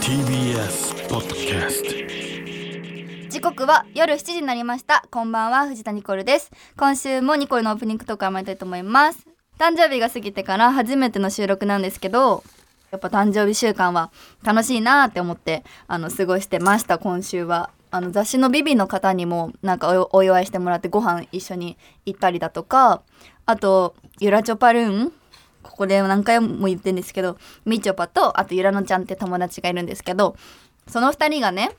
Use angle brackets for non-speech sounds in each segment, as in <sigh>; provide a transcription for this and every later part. TBS ポッドキャスト時刻は夜7時になりましたこんばんは藤田ニコルです今週もニコルのオープニングトークを参りたいと思います誕生日が過ぎてから初めての収録なんですけどやっぱ誕生日週間は楽しいなーって思ってあの過ごしてました今週はあの雑誌の「ビビの方にもなんかおお祝いしてもらってご飯一緒に行ったりだとかあとゆらチョパルーンここで何回も言ってるんですけどみちょぱとあとゆらのちゃんって友達がいるんですけどその2人がね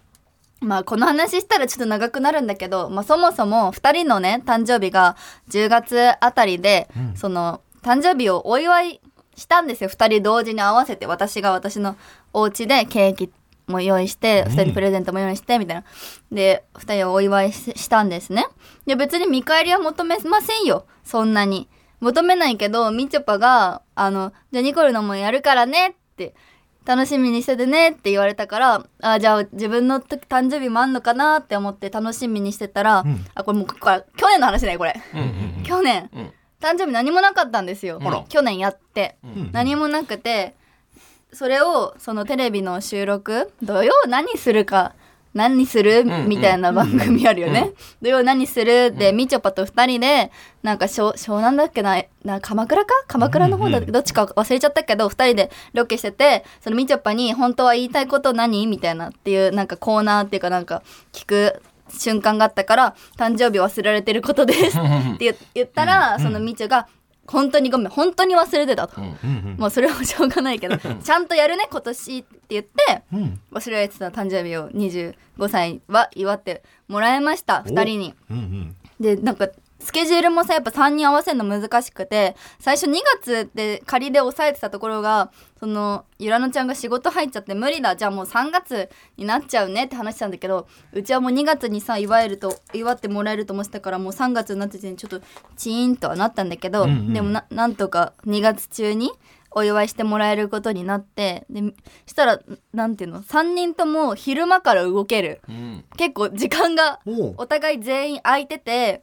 まあこの話したらちょっと長くなるんだけど、まあ、そもそも2人のね誕生日が10月あたりで、その誕生日をお祝いしたんですよ2人同時に合わせて私が私のお家でケーキも用意して2人プレゼントも用意してみたいな、で2人をお祝いししたんですねで別に見返りは求めませんよそんなに求めないけどみちょぱが「あのじゃあニコルのもんやるからね」って楽しみにしててねって言われたからあじゃあ自分の時誕生日もあんのかなって思って楽しみにしてたら、あこれもうここれ去年の話ねこれ、去年、ん誕生日何もなかったんですよ、あら去年やって、ん何もなくてそれをそのテレビの収録土曜何するか何するんみたいな番組あるよね、土曜何するでみちょぱと2人でなんか湘湘南だっけなな鎌倉か鎌倉の方だっけどっちか忘れちゃったけど2人でロケしててそのみちょぱに「本当は言いたいこと何?」みたいなっていうなんかコーナーっていうかなんか聞く瞬間があったから「誕生日忘れられてることです」って言言ったらそのみちょが「本当にごめん本当に忘れてた」と。もうそれはしょうがないけどちゃんとやるね今年って言って、忘れられてた誕生日を25歳は祝ってもらいました2人に。でなんかスケジュールもさやっぱ3人合わせるの難しくて最初2月で仮で抑えてたところがそのゆらのちゃんが仕事入っちゃって無理だじゃあもう3月になっちゃうねって話したんだけどうちはもう2月にさ祝えると祝ってもらえると思ってたからもう3月になっててちょっとチーンとはなったんだけど、でもななんとか2月中にお祝いしてもらえることになってでしたらなんていうの3人とも昼間から動ける。うん結構時間がおうお互い全員空いてて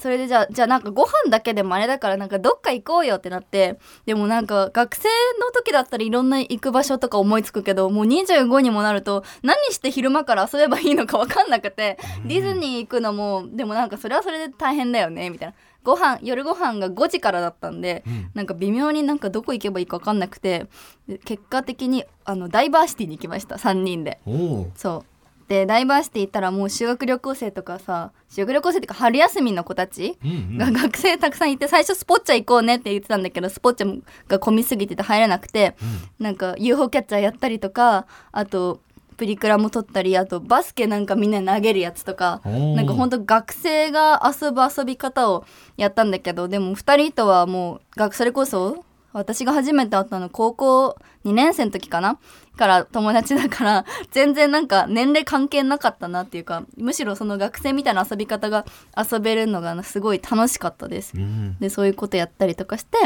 それでじゃあじゃあなんかご飯だけでもあれだからなんかどっか行こうよってなってでもなんか学生の時だったらいろんな行く場所とか思いつくけどもう25にもなると何して昼間から遊べばいいのか分かんなくてディズニー行くのもでもなんかそれはそれで大変だよねみたいなご飯夜ご飯が5時からだったんで、なんか微妙になんかどこ行けばいいか分かんなくてで結果的にあのダイバーシティに行きました3人で。おうそうでダイバーシティ行ったらもう修学旅行生とかさ修学旅行生っていうか春休みの子たちが学生たくさんいて最初スポッチャ行こうねって言ってたんだけどスポッチャが混みすぎてて入れなくて、なんか UFO キャッチャーやったりとかあとプリクラも撮ったりあとバスケなんかみんなに投げるやつとかーなんかほんと学生が遊ぶ遊び方をやったんだけどでも2人とはもう学それこそ私が初めて会ったの高校2年生の時かなから友達だから全然なんか年齢関係なかったなっていうかむしろその学生みたいな遊び方が遊べるのがすごい楽しかったです。でそういうことやったりとかして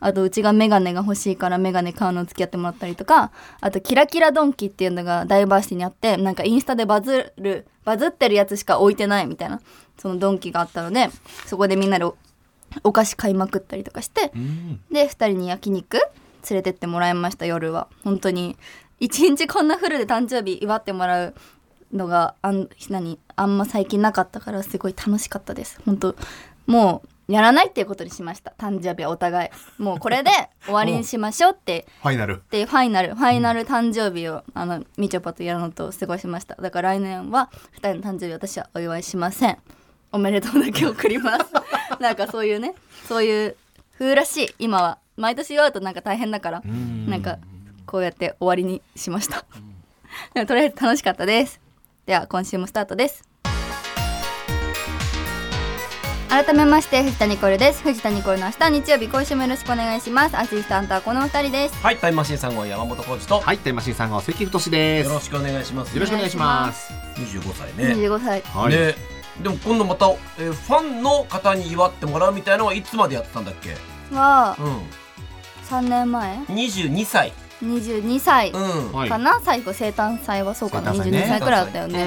あとうちがメガネが欲しいからメガネ買うの付き合ってもらったりとかあとキラキラドンキっていうのがダイバーシティにあってなんかインスタでバズるバズってるやつしか置いてないみたいなそのドンキがあったのでそこでみんなでおお菓子買いまくったりとかして、で2人に焼肉連れてってもらいました夜は本当に一日こんなフルで誕生日祝ってもらうのがあん何あんま最近なかったからすごい楽しかったです本当もうやらないっていうことにしました誕生日はお互いもうこれで終わりにしましょうってファイナルでファイナルファイナル誕生日を、あのみちょぱとやらのと過ごしましただから来年は2人の誕生日私はお祝いしませんおめでとうだけ送ります <laughs> なんかそういうねそういう風らしい今は毎年祝うとなんか大変だからなんかこうやって終わりにしましたでもとりあえず楽しかったですでは今週もスタートです改めまして藤田ニコルです藤田ニコルの明日日曜日今週もよろしくお願いしますアシスタントはこのお二人ですはい、タイムマシーンさんは山本浩二と、はいタイムマシーンさんが関太ですよろしくお願いします。よろしくお願いします25歳ね。 25歳はい、ね、でも今度また、えーファンの方に祝ってもらうみたいのはいつまでやってたんだっけ？はう3年前ん、22歳。 22歳うん。はいかな、最後生誕祭はそうかな、生誕祭ね22歳くらいだったようんうんね、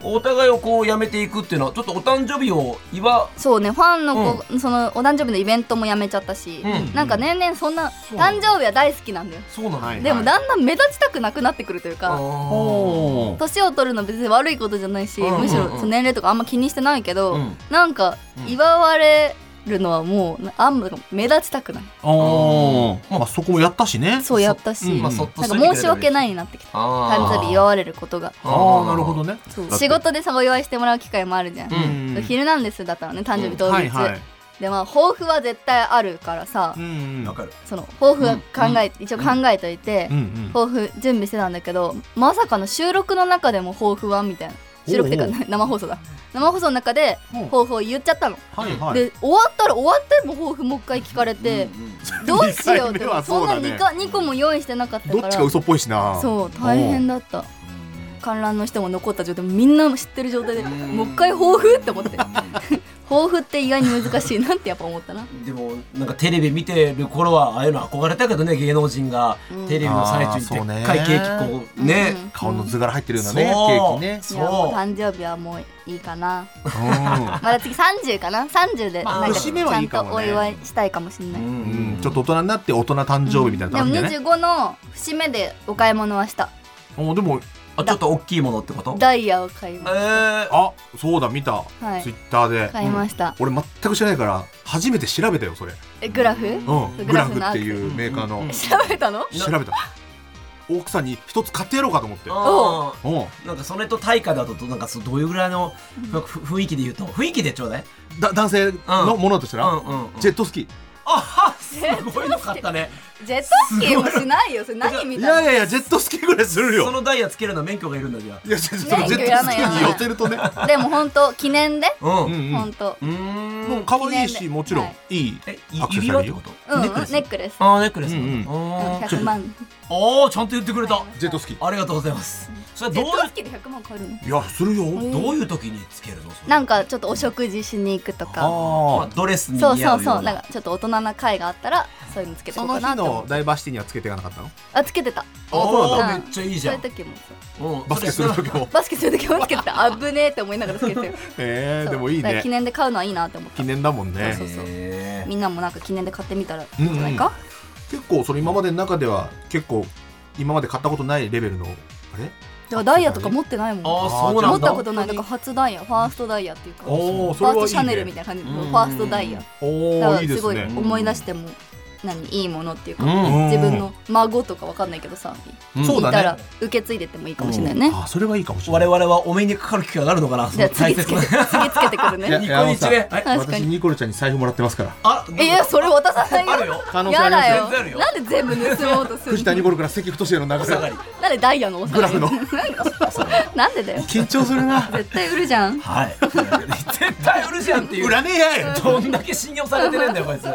うんうん。お互いをこうやめていくっていうのはちょっとお誕生日を祝そうねファンの子、そのお誕生日のイベントもやめちゃったし、うんなんか年々そんなうな誕ん生日は大好きなんだよそうなの、はいでもだんだん目立ちたくなくなってくるというあかーおー年を取るの別に悪いことじゃないし、うんうんうんむしろその年齢とかあんま気にしてないけど、うんなんかうん祝われるのはもうあんま目立ちたくないおーまあそこもやったしねそうやったし、うんまあそっとなんしかといてくれたら申し訳ないなってきた誕あー生日祝われることがああなるほどねそうだって仕事でさお祝いしてもらう機会もあるじゃん、うんヒルナンデス」だったらね誕生日当日、はいはいでまあ抱負は絶対あるからさ、うんわかるその抱負は考え、一応考えといて、うんうん抱負準備してたんだけどまさかの収録の中でも抱負はみたいな収録っていうか <laughs> おうお生放送だ生放送の中でうん抱負を言っちゃったの、はいはいで終わったら終わっても抱負もう一回聞かれて、うんうんどうしよう二回って目はそそんうなだね 2, か2個も用意してなかったかどらっちが嘘っぽいしなそう大変だった観覧の人も残った状態みんなも知ってる状態でうん <laughs> もう一回抱負って思って抱負って意外に難しいなってやっぱ思ったなでもなんかテレビ見てる頃はああいうの憧れたけどね芸能人がうんテレビの最中あーそうにでねっかいケーキこうねうん顔の図柄入ってるようなそねうケーキねいやもうそう誕生日はもういいかなうまだ次30かな30でまあなんか節目ちはゃいんいかともねお祝いしたいかもしれない、うんんうんちょっと大人になって大人誕生日みたいなで感もじでね25の節目でお買い物はしたおでもあちょっと大きいものってことダイヤを買いえましー、あそうだ見たはいツイッターた買いでました、俺全く知らないから初めて調べたよそれえグラフうんググララフフのアっクてセルいうメーカーうのん調べたの <laughs> 調べた奥さんに一つ買ってやろうかと思ってあーうんなんかそれと対価だとなんかそうどういうぐらいのなんかふ雰囲気で言うと雰囲気でちょうだいだ男性のものだとしたうら、んうんうんジェットスキー、あすごいの買ったねジェットスキーもしないよそれ何見いたのやいやいやジェットスキーぐらいするそよのダイヤつけるのは免許がいるんだじゃいやちょっとそのねジェットスキーに寄せるとね <laughs> でも本当記念であううんんうん本当うーもうん可愛い記念でしもちろん、、はいいえアクセ指サ輪っリーてことうんうんネックレスネックレスあーネックレスなんだうあー100万おーちゃんと言ってくれたジェットスキーありがとうございますそれジどェうットスキーで100万買えるのいやするよ、んどういう時につけるのそれなんかちょっとお食事しに行くとかまあああドレスに似合そううよそううなそうなんかちょっと大人な会があったらそういうのつけてそこうかのな日のって思うダイバーシティにはつけていかなかったのあつけてたおそうおなんだめっちゃいいじそうゃいうん時もそううんバスケする時もバスケする時もつけて <laughs> たあぶねえって思いながらつけてるえそー、うでもいいだからね記念で買うのはいいなって思った記念だもんそねうそうへーみんなもなんか記念で買ってみたらいいんじゃないか、結構その今までの中では結構今まで買ったことないレベルのあれだからダイヤとか持ってないもんあ持あそうなっんただことないだから初ダイヤファーストダイヤっていうかおーフそれァーはいいねストシャネルみたいな感じでフうんァーストダイヤだおかおいいらですごすいね思い出しても何いいものっていうか、うん自分の孫とかわかんないけどさ、うんそうだいねたら受け継いでってもいいかもしれないね、あそれはいいかもしれない我々はお目にかかる機会があるのかなそじゃのあ次つけて次つけてくるいやねニコニチではい確か私にニコルちゃんに財布もらってますからあえいやそれ渡さないよあるよ可能性あやりますよだよ全然あるよなんで全部盗もうとする藤田ニコルから関太氏のお長下がさ <laughs> りなんでダイヤのおグラフの <laughs> なんでだよ緊張するな絶対売るじゃんはい絶対売るじゃんって <laughs> <laughs> いう売らねえやいどんだけ信用されてねえんだよこいつ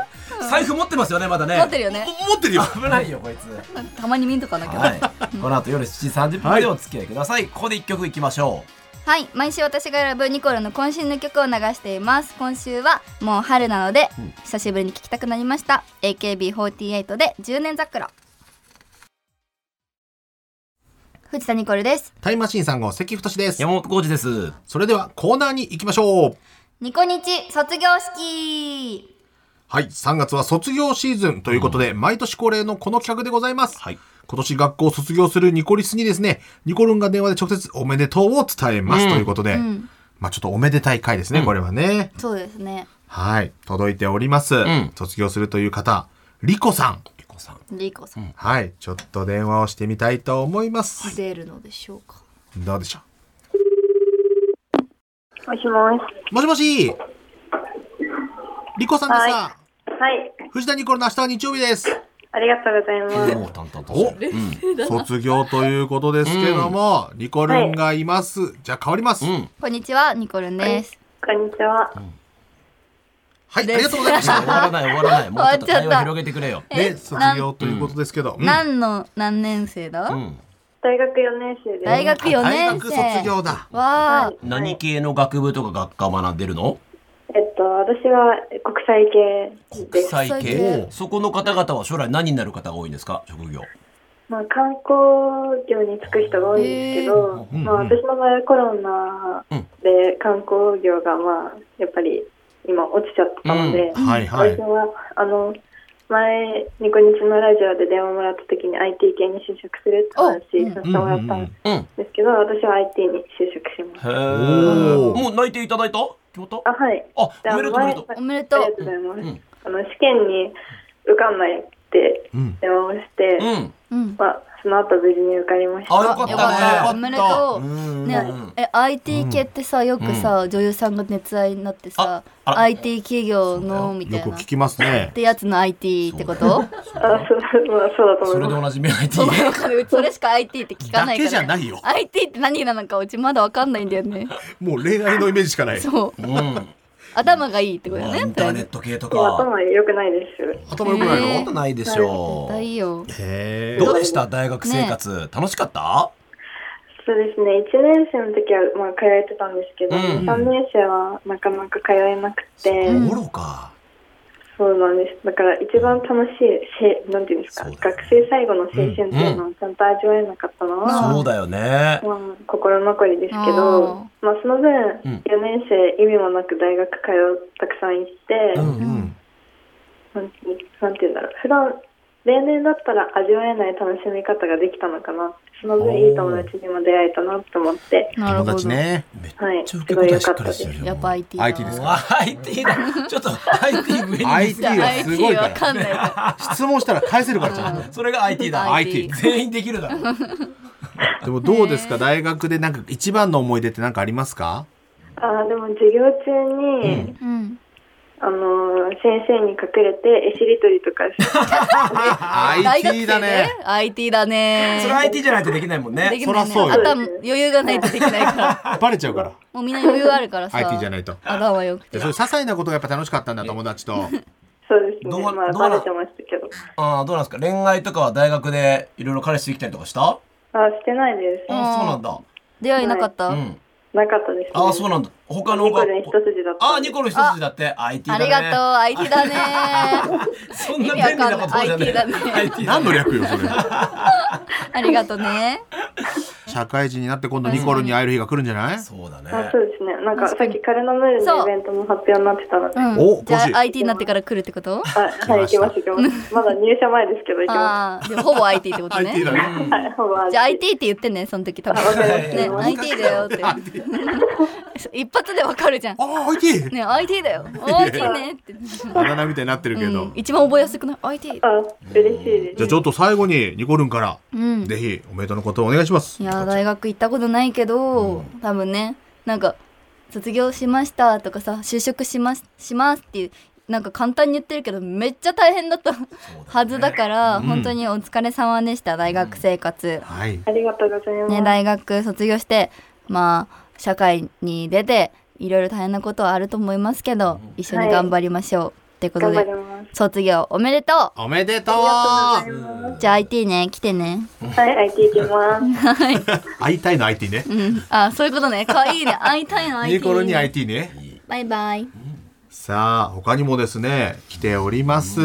財布持ってますよねまだね持ってるよね持ってるよ危ないよこいつたまに見んとかなきゃはい、この後夜7時30分までお付き合いください、ここで一曲いきましょはい毎週私が選ぶニコルの渾身の曲を流しています今週はもう春なので、久しぶりに聴きたくなりました AKB48 で10年桜藤田ニコルですタイムマシーン3号関太でうす山本浩二ですそれではコーナーに行きましょうニコニチ卒業式はい3月は卒業シーズンということで、毎年恒例のこの企画でございます、はい今年学校を卒業するニコリスにですねニコルンが電話で直接おめでとうを伝えます、うんということで、んまあちょっとおめでたい回ですね、これはねそうですねはい届いております、ん卒業するという方リコさんリコさんリコさん、はいちょっと電話をしてみたいと思います、出るのでしょうかどうでしょうもしもし。もしもしリコさんですが、はい。藤田ニコルの明日は日曜日ですありがとうございます。もう淡々とおしてるう <laughs> ん卒業ということですけども、ニコルンがいます、じゃあ変わります、うんこんにちはニコルンですこんにちは。はいありがとうございまし <laughs> 終わらない終わらないもうちょ終わっっと会ちゃった話広げてくれよたえね卒業ということですけど、うん何の何年生だ、うん大学4年生です。大学4大年学生卒業だわあ、はい何系の学部とか学科学んでるのえっと、私は国際系で国す。際国際系系そこの方々は将来何になる方が多いんですか職業まあ、観光業に就く人が多いんですけど、えーまあ、うんうん私の場合はコロナで観光業が、まあ、やっぱり今落ちちゃったので、はいはい私。はあの前ニコニチのラジオで電話もらった時に IT 系に就職するって話させてもらったんうん。ですけど、私は IT に就職しまへす。ーおーもう内定いただいたってことあはい。あ、おめでとうおめで前とう。おめであとりがうとうございます。うんあの試験に受かんないってうん。電話をして、うん。うんまあその後無事に受かりました。あよかったねよかったおめでとううんねえ IT 系ってさよくさ、女優さんが熱愛になってさああら IT 企業のみたよいくなっ聞きますね。てやつの IT ってことあそうまあそうだとそ思れいでま同じ目 IT <laughs> そうわかるそれしか IT って聞かないかだけら、じゃないよ IT って何なのかうちまだわかんないんだよね <laughs> もう恋愛のイメージしかない。そううん。イ頭がいいってことだよねンターネット系とす。まあか。頭良くないです。頭良くないの、えそんなことないでしょ大いいよへどうでした大学生活、楽しかったそうですね。一年生の時はまあ通えてたんですけど、うん三、年生はなかなか通えなくて、うん愚か。そうなんです。だから一番楽しいし、なんていうんですか、そうだね学生最後の青春っていうのをちゃんと味わえなかったのは。うんそうだよね。まあ、心残りですけあど、まあ、その分、ん4年生意味もなく大学通うたくさん行って、うんううんん。なんてなんて言うんだろう普段例年だったら味わえない楽しみ方ができたのかなその分いい友達にも出会えたなと思って、な友るほど達ね。めっはい、ちゃす受けごい答え良しかっっかたりでしす。てるよ。やっぱ IT だ IT ですか。 IT だ。ちょっと IT 上に。 IT がすごい IT かわら。かんないか質問したら返せるからちゃんと。それが IT らだ。 IT 全員できるだろう。 <laughs> でもどうですか大学でなんか一番の思い出ってなんかあります <laughs> かあーでも授業中に、うんあのー先生に隠れて絵しりとりとかして <laughs> 大学生 ?IT だでね。 IT だねそれ IT じゃないとできないもんでね。きないねそらそうよ頭余裕がないとできな <laughs> いからバレちゃうから。もうみんな余裕あるからさ IT じゃないと。頭はよくでてそういう些細なことがやっぱ楽しかったんだ友達 <laughs> と。そうですどうねなまあどうなバレてましたけどああ、どうなんですか恋愛とかは大学でいろいろ彼氏できたりとかしたああーしてないですそうなんだ。出会いなかった、うん。なかったです、ね、ああ、そうなんだ。他のニコ他ル一筋だったああ、んでニコル一筋だって。IT あだね。りがとう IT だねそんな便利なことじゃね意味わかんない IT だね IT だ何ね。の略よそれ。ありがとね社会人になって今度ニコルに会える日が来るんじゃないそうだあそうね。ですね。なんかさ確かっにきカルナムールそうのイベントも発表になってたので、うんおじゃ欲しいあ IT になってから来るってことあはい、行きます行きます。まだ入社前ですけど行きまああでもほぼ IT ってことね IT だね。す。はい、ほぼじゃあ IT って言ってねその時多分あわかりましたねわかり IT だよって一発でわかるじゃんああ IT! ね IT だよ IT ねって、あだ名みたいになってるけうど。ん、一番覚えやすくない IT あ、嬉しいです。じゃあちょっと最後にニコルンから、うんぜひおめでとうのことをお願いします。いやー大学行ったことないけど、多分ねなんか卒業しましたとかさ就職しますしますっていうなんか簡単に言ってるけどめっちゃ大変だった <laughs> はずだから、本当にお疲れ様でした大学生活、はい。ありがとうございます。ね、大学卒業してまあ社会に出ていろいろ大変なことはあると思いますけど、一緒に頑張りましょう、ってこと頑張でりま卒業おめでとうおめでとうす。ありがとうございまじゃあ IT ね来てねす。はい、IT 行き <laughs> ます。会いたいの IT ね。うんあそういうことねかわいいね会いたいの IT ニコルンに IT ね。バイバイさあ、他にもですね、来ております。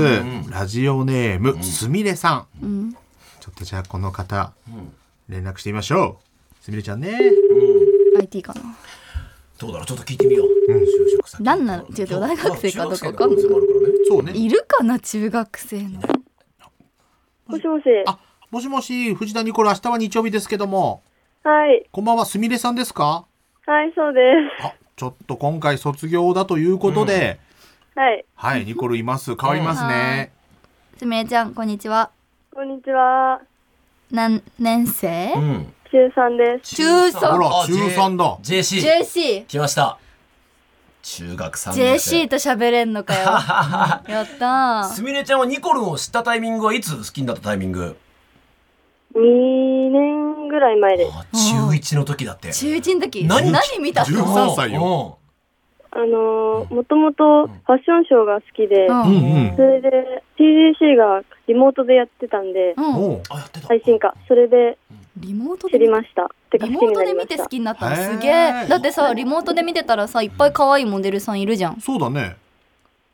ラジオネーム、すみれさん。んちょっとじゃあこの方、連絡してみましょう。すみれちゃんね。 IT かなどうだろうちょっと聞いてみよう。就職先なんなの違う違う大学生かどうかわかんない中学生の可能性もあるからねそうね。いるかな中学生のもしもし。あ、もしもし、藤田ニコル、明日は日曜日ですけども、はい、こんばんは、すみれさんですかはい、そうであ、ちょっと今回卒業だということで、す。はい、はい、ニコルいます。変わりますね。すみれちゃんこんにちはこんにちは。何年生、うん。中三です。中あ3ら中三だ J- JC。 JC 来ました。中学3年生。 JC と喋れんのかよ <laughs> やったーすみれちゃんはニコルンを知ったタイミングはいつ好きになったタイミング2年ぐらい前です。あ中1の時だって。中1の時何何見た13の歳よ。あのー、もともとファッションショーが好きで、うんうんうんそ。れで TGC がリモートでやってたんで、うん、おうあ、やってた。配信か。それでリモート知でりました。てかリ好モーきにトなでりま見してた好。きになったへのーすげえだってさリモートで見てたらさいっぱい可愛いモデルさんいるじゃんそうだね。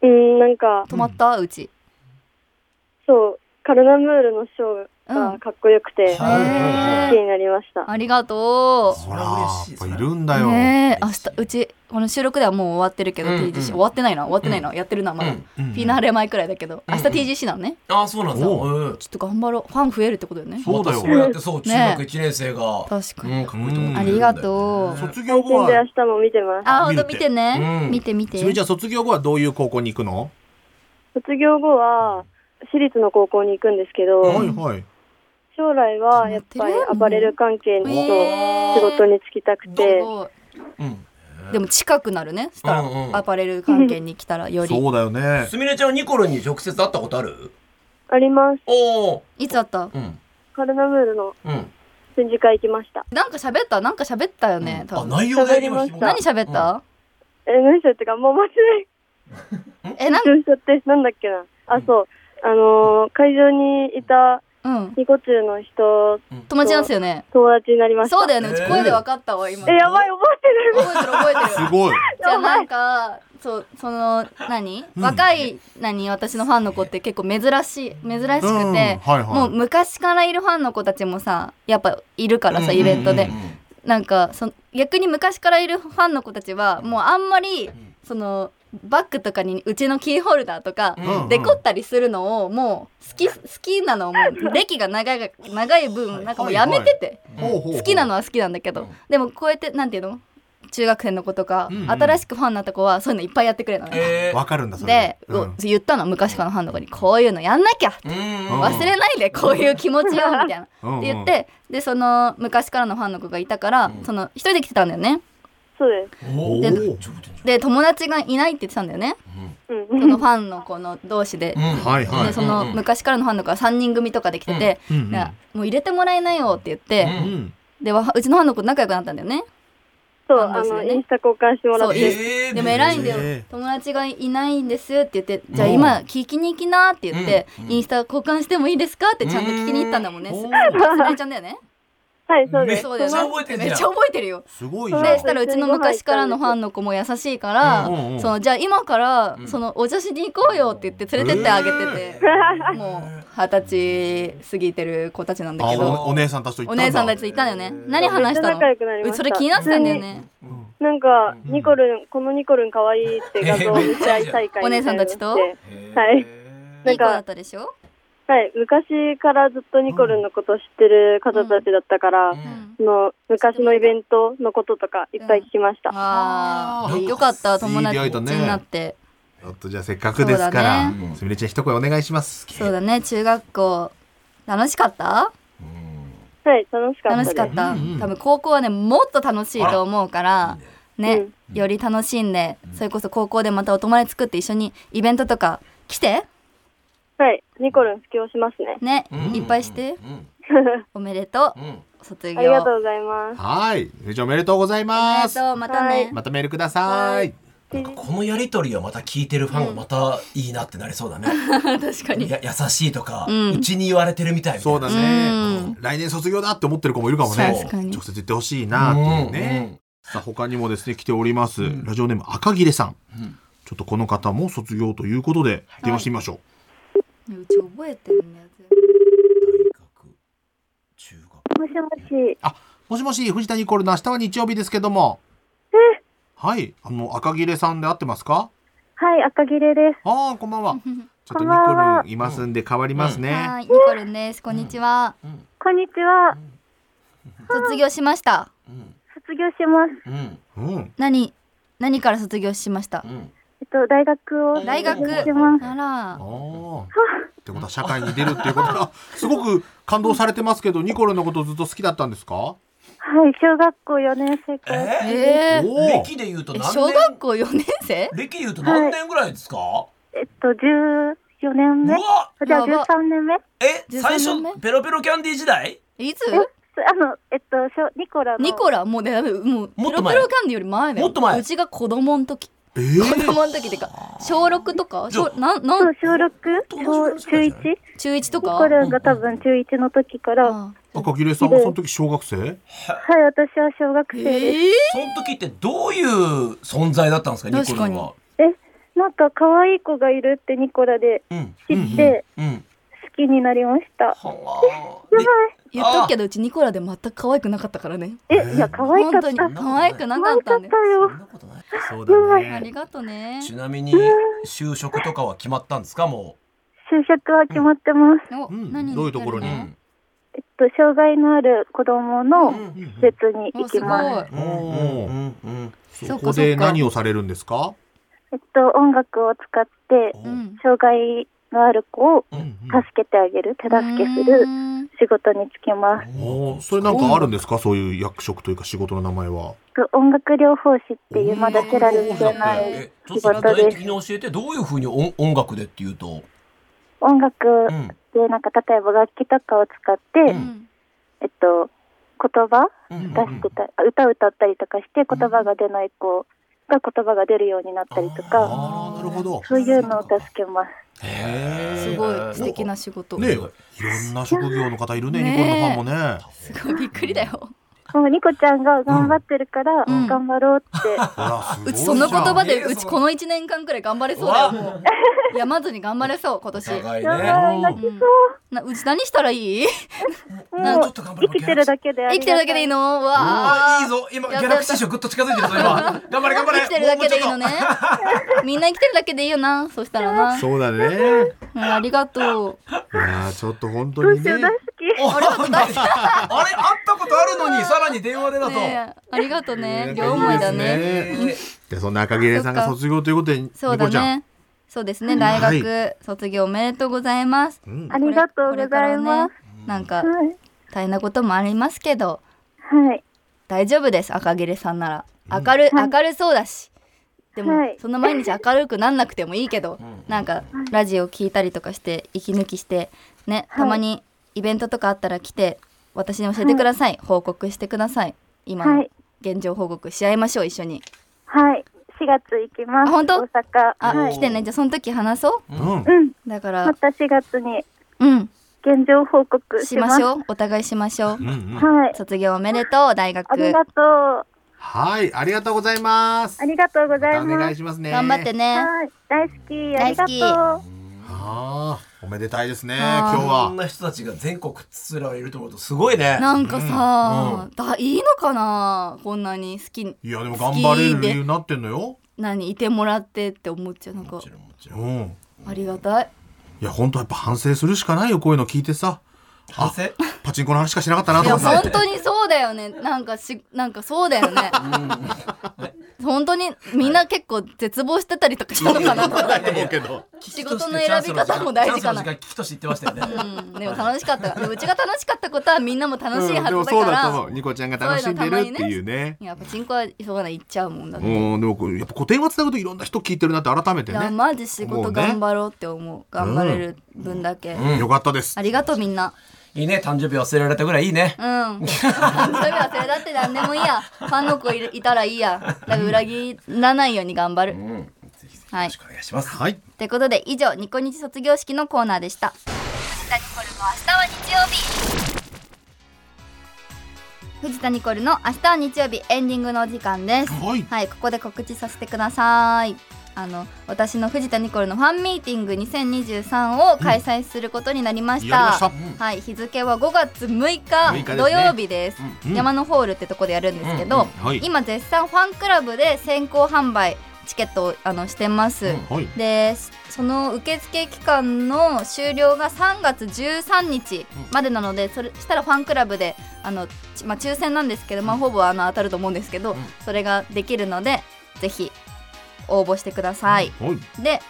うん、なんか、止まったうちそう、カルナムールのショーうがんかっこよくて、好へきーになりました。ありがとほそられは嬉しいやっぱいるんだよ、ねえ明日うちこの収録ではもう終わってるけど、うんうん TGC 終わってないな終わってないな、やってるなまだ、うんフィナーレ前くらいだけど、明日 TGC なのねああそうなんだおうんちょっと頑張ろうファン増えるってことだよねそうだよまたそうやってそう中ね学一年生が確かにうんかっこいいと思ってくれるんだよねありがとう卒業後で明は日も見てます。あ本当見てねうん見て見てすみれちゃん卒業後はどういう高校に行くの、卒業後は私立の高校に行くんですけど、うんはいはい将来はやっぱりアパレル関係のえー仕事に就きたくて、うんでも近くなるねそしたらうんうんアパレル関係に来たらよりそうだよねすみれちゃんはニコルに直接会ったことあるあります。おおいつあったうんカルナムールのうん展示会行きました。なんか喋ったなんか喋ったよね多あ分内容がやりま喋りま何し喋ったえ、何しってか、もう間違い <laughs> えなん緊張しちゃって、なんだっけな。あ、そう。あのー会場にいたうんニコ中の人、友達なんですよね友達になりました。そうだよねえうーち声で分かったわ今え、やばい、覚えてる。覚えてる覚えてるすごいじゃあなんかそうその何、若い何私のファンの子って結構珍しい珍うしくて、んはいはいもう昔からいるファンの子たちもさやっぱいるからさイベントで、うんうんうんうんなんかそ逆に昔からいるファンの子たちはもうあんまり、そのバッグとかにうちのキーホルダーとか、うんデコったりするのをもう好き好きなのをもう歴が長い長い分なんかもうやめてて。ほうほうほう好きなのは好きなんだけど、うんでもこうやってなんていうの中学生の子とか、うんうん新しくファンになった子はそういうのいっぱいやってくれたのね、えーわかるんだそれで、うんお言ったの昔からのファンの子にこういうのやんなきゃうんうん忘れないでこういう気持ちよみたいなうんうんって言ってでその昔からのファンの子がいたから、んその一人で来てたんだよねそうです。おでーちょっと待ってで友達がいないって言ってたんだよねうん。そのファンの子の同士でう。んはいはいでそのうんうん昔からのファンの子は3人組とかで来てて、うんうんでもう入れてもらえないよって言って、ううんんでわうちのファンの子と仲良くなったんだよねそう、なんあですよの、ねインスタ交換してもらっそうて。えー <laughs> でも偉いんだよ、えー友達がいないんですって言ってじゃあうん今聞きに行きなって言って、うんインスタ交換してもいいですかってちゃんと聞きに行ったんだもんねうんすすねちゃんだよねはい、そうです。そうだよねめっちゃ覚えてんじゃんめっちゃ覚えてるよすごいじゃんでしたらうちの昔からのファンの子も優しいから、うんうんうんそのじゃあ今からんそのお茶しに行こうよって言って連れてってあげてて、もう二十歳過ぎてる子たちなんだあけどおお姉さんたちと行ったおんだ姉さんたちと行ったんだよね何話しためっちゃ仲良くなりのまうしたそれ気になってたんだよね、なんか、ニコルン、このニコルン可愛いって画像を見ちゃい大会おみ姉さたんいたなのちしてとはい。いないん子だかっ、たでしょ、はい、昔からずっとニコルンのこと知ってる方たちだったから、うんその昔のイベントのこととかいっぱい聞きました。あああーよかった友達いい出会いだにねなってちょっとじゃあせっかくですから、そうだねすみれちゃん一声お願いしますそうだね中学校楽しかったはい、楽しかったで楽す。しかった、うんうん多分高校はねもっと楽しいと思うからね、より楽しんで、それこそ高校でまたお友達作って一緒にイベントとか来てはい、ニコルン布教しますね。ね、うんいっぱいしてうんおめでとううん卒業ありがとうございます。はいすみれちゃんおめでとうございまありすがとうまたね、またメールくださいなんかこのやりとりをまた聞いてるファンがまたいいなってなりそうだね。 <laughs> 確かにや優しいとか、んうちに言われてるみたいみたいそうだね、う来年卒業だって思ってる子もいるかもね確かに直接言ってほしいなっていうね、さあ他にもですね来ております、ラジオネーム赤切れさん、うんちょっとこの方も卒業ということで電話してみましょう、うち覚えてるんだよ全部大学、中学。もしもし、あもしもし藤田ニコルの明日は日曜日ですけどもはいあの赤切れさんで合ってますかはい、赤切れです。ああこんばんはちょっとこんニばんコはルンいますんで変わりますね、はいニコルンですこんにちは、こんにちは。卒業しましたうん卒業します。うんうん何何から卒業しましたうんえっと、大学を大学卒業します。ならああ。ってことは社会に出るっていうことがすごく感動されてますけどニコルのことずっと好きだったんですか？はい、小学校4年生から。ええー、おお。歴で言うとえ何小年学校4年生歴で言うと何年ぐらいですか、えっと、14年う目。わじゃあやば13年目。え13最年目初ペロペロキャンディー時代いつあの、えっと、しょニコラの。ニコラもうねもうペもっとロ前ペロキャンディーより前だよもっと前うちが子供の時え子 <laughs> ー、供の時っていうか小6とか小なんな、そうん小六、と同じ小中ぐらい一じゃない。ニ中1とかコルンが多分中一の時から、はあ赤切れさんはその時小学生？い、私は小学え生です。ー、その時ってどういう存在だったんですかニコルンは。え、なんか可愛い子がいるってニコラでうん知って、うんきになりました。はあ言っとくけどうちニコラで全く可愛くなかったからねえ、いや、可愛本かっ当た。に可可愛くなか愛っかたっんでたよそ。んなことないそうだありね。がとねちなみに就職とかは決まったんですかも就職は決まってます。お、うん何にどういうところう、にうんえっと、障害のある子供うのん施設に行おきすごいます。うんうんうんそこで何をされるんですか？えっと、音楽を使って、うん障害のある子を助けてあげる、手助けするうん仕事に就きます。おお、それなんかあるんですか？そういう役職というか仕事の名前は。音楽療法士っていう、まだ音楽知られてな療法士だっていえちょっと仕具事体で的すに教えてどういうふうに音音楽でっていうと、音楽うんで、なんか、例えば楽器とかを使っう、てうんえっと、言葉うん出してた、あ歌歌ったりとかして言葉が出ない子が言葉が出るようになったりとか、ああ、なるほど。そういうのを助けます。へーすごい素敵な仕事ねえ、いろんな職業の方いるね、ニコルのファンもね。すごいびっくりだよもうニコちゃんが頑張ってるからん頑張ろうって、ほら、すごういじちゃん。その言葉いいでようちこの1年間くらい頑張れそうだよ <laughs> もうやまずに頑張れそう今年お互いやね。ばい泣きそうなうち何したらいいもうちょっと頑張れ生きてるだけであ生りきてがたるだけでいいのうわあーーいいぞ今ギやったャラクシー賞ぐっと近づいてるぞ今 <laughs> 頑張れ頑張れ生きてるだけでいいのねもうちょっみんな生きてるだけでいいよなそしたらな、そうだね。うんありがとういやーちょっと本ど当うにしようね大好。きとお <laughs> なんで <laughs> あれ会ったことあるのにさらに電話でだとねえありがとねね両思いだいいねですねえーでそんな赤木玲さんがそっか卒業ということで、ニそうコだちゃん。ねそうですね大は学卒業おめでとうございますうんありがとうございます、これからねなんかはい大変なこともありますけどはい大丈夫です赤切れさんなら明る,、はい明るそうだしでも、はいそんな毎日明るくなんなくてもいいけど、んなんかラジオ聞いたりとかして息抜きしてねたまにイベントとかあったら来て私に教えてください、報告してください今はのい現状報告し合いましょう一緒にはい4月行きますあ本当大阪あ、はい来てねじゃあその時話そううん。うんうだかまらた4月にうん現状報告ししまますしょうお互いしましょううんうん。はい卒業おめでとう大学ありがとうはい、ありがとうございます。ありがとうござまいたお願まいすしますね。頑張ってね、はい大好きありが大好とうああ、おめでたいですね。は今い日こんは。な人たちが全国津々浦々いると思うとすごいねなんかさ、だいいのかなこんなに好きいや、でも頑張れ好るき理で由になってんのよ。何いてもらってって思っちゃうなんかもちろんもちろんうん。ありがたいいや、本当やっぱ反省するしかないよ、こういうの聞いてさ。反省パチンコの話しかしなかったないとや思っ本て。当にそうだよねなんかしなんかそうだよね本当にみんな結構絶望してたりとかしたのかな、ないと思うけ <laughs> ど。 <laughs> 仕事の選び方も大事かなチャンスの時間聞きとして言ってましたようねん、でも楽しかったでもうちが楽しかったことはみんなも楽しいはうんでもずだそうかだら、と思う。ニコちゃんが楽しんでるっていうね。いやパチンコは急がない行っちゃうもんだって、うん、でもこうやっぱ古典はつなぐといろんな人聞いてるなって改めていやね。マジ仕事頑張ろうって思う頑張れる分だけ、んよかったですあ。りがとうみんないいね誕生日忘れられたぐらいいいねうん。 <laughs> 誕生日はそれだって何でもいいや。ファンの子いるいたらいいや。だから裏切らないように頑張る。うんぜひぜひはいよろしくお願いしますはい。ということで以上ニコニチ卒業式のコーナーでした。藤田ニコルの明日は日曜日。藤田ニコルの明日は日曜日エンディングのお時間です。はいはい、ここで告知させてください。あの私の藤田ニコルのファンミーティング2023を開催することになりました。やりました。はい、日付は5月6日6日ですね土曜日です、うん山のホールってとこでやるんですけど、うんはい。今絶賛ファンクラブで先行販売チケットをあのしてます、うんはい。でその受付期間の終了が3月13日までなのでそれしたらファンクラブであの、ちまあ、抽選なんですけど、まあ、ほぼあの当たると思うんですけど、うんそれができるのでぜひ応募してください、はい。で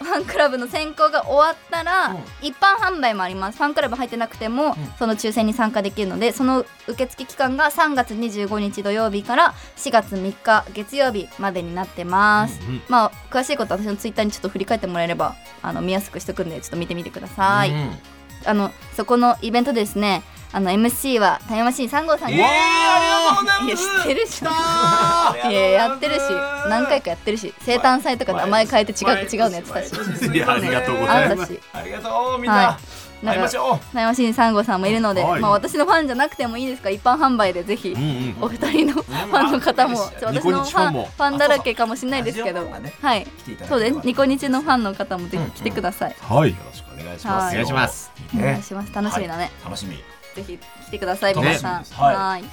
ファンクラブの選考が終わったら、うん一般販売もありますファンクラブ入ってなくても、その抽選に参加できるのでその受付期間が3月25日土曜日から4月3日月曜日までになってます、うんまあ詳しいことは私のツイッターにちょっと振り返ってもらえればあの見やすくしとくんでちょっと見てみてください、うんあのそこのイベントでですねあの MC はタイムマシーン3号さんえにーありがとうございいまやす知ってるしあーいややってるし何回かやってるし生誕祭とか名前変えて違う違うのやってたし毎年毎年いやありがとうございますあんたしありがとうみんはないなん会いまかしょう悩ましいサンゴさんもいるので、はいまあ私のファンじゃなくてもいいですか一般販売でぜひ、うんお二人のファンの方も、うんちょ私のニコニチフファァンンフもァンだらけかもしれないですけあどそうかラジオファンがはね、い、来ていただけそうればです。ニコニチのファンの方もぜひ来てください。はいよろしくお願いしはいます。。お願いしますお願いします。楽しみだね。楽しみ。ぜひ来てください、楽しみ皆ですさん。はいはーい。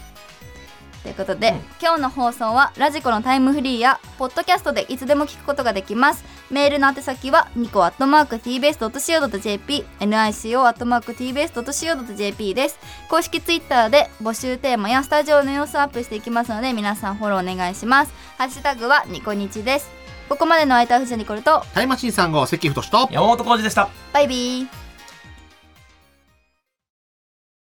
ということで、うん今日の放送はラジコのタイムフリーやポッドキャストでいつでも聞くことができますメールの宛先はニコアットマーク TBS.CO.JP NICO アットマーク TBS.CO.JP です公式ツイッターで募集テーマやスタジオの様子をアップしていきますので皆さんフォローお願いしますハッシュタグはニコニチですここまでの相手は藤田ニコルとタイムマシーンさんが関太と山本浩二でした。バイビー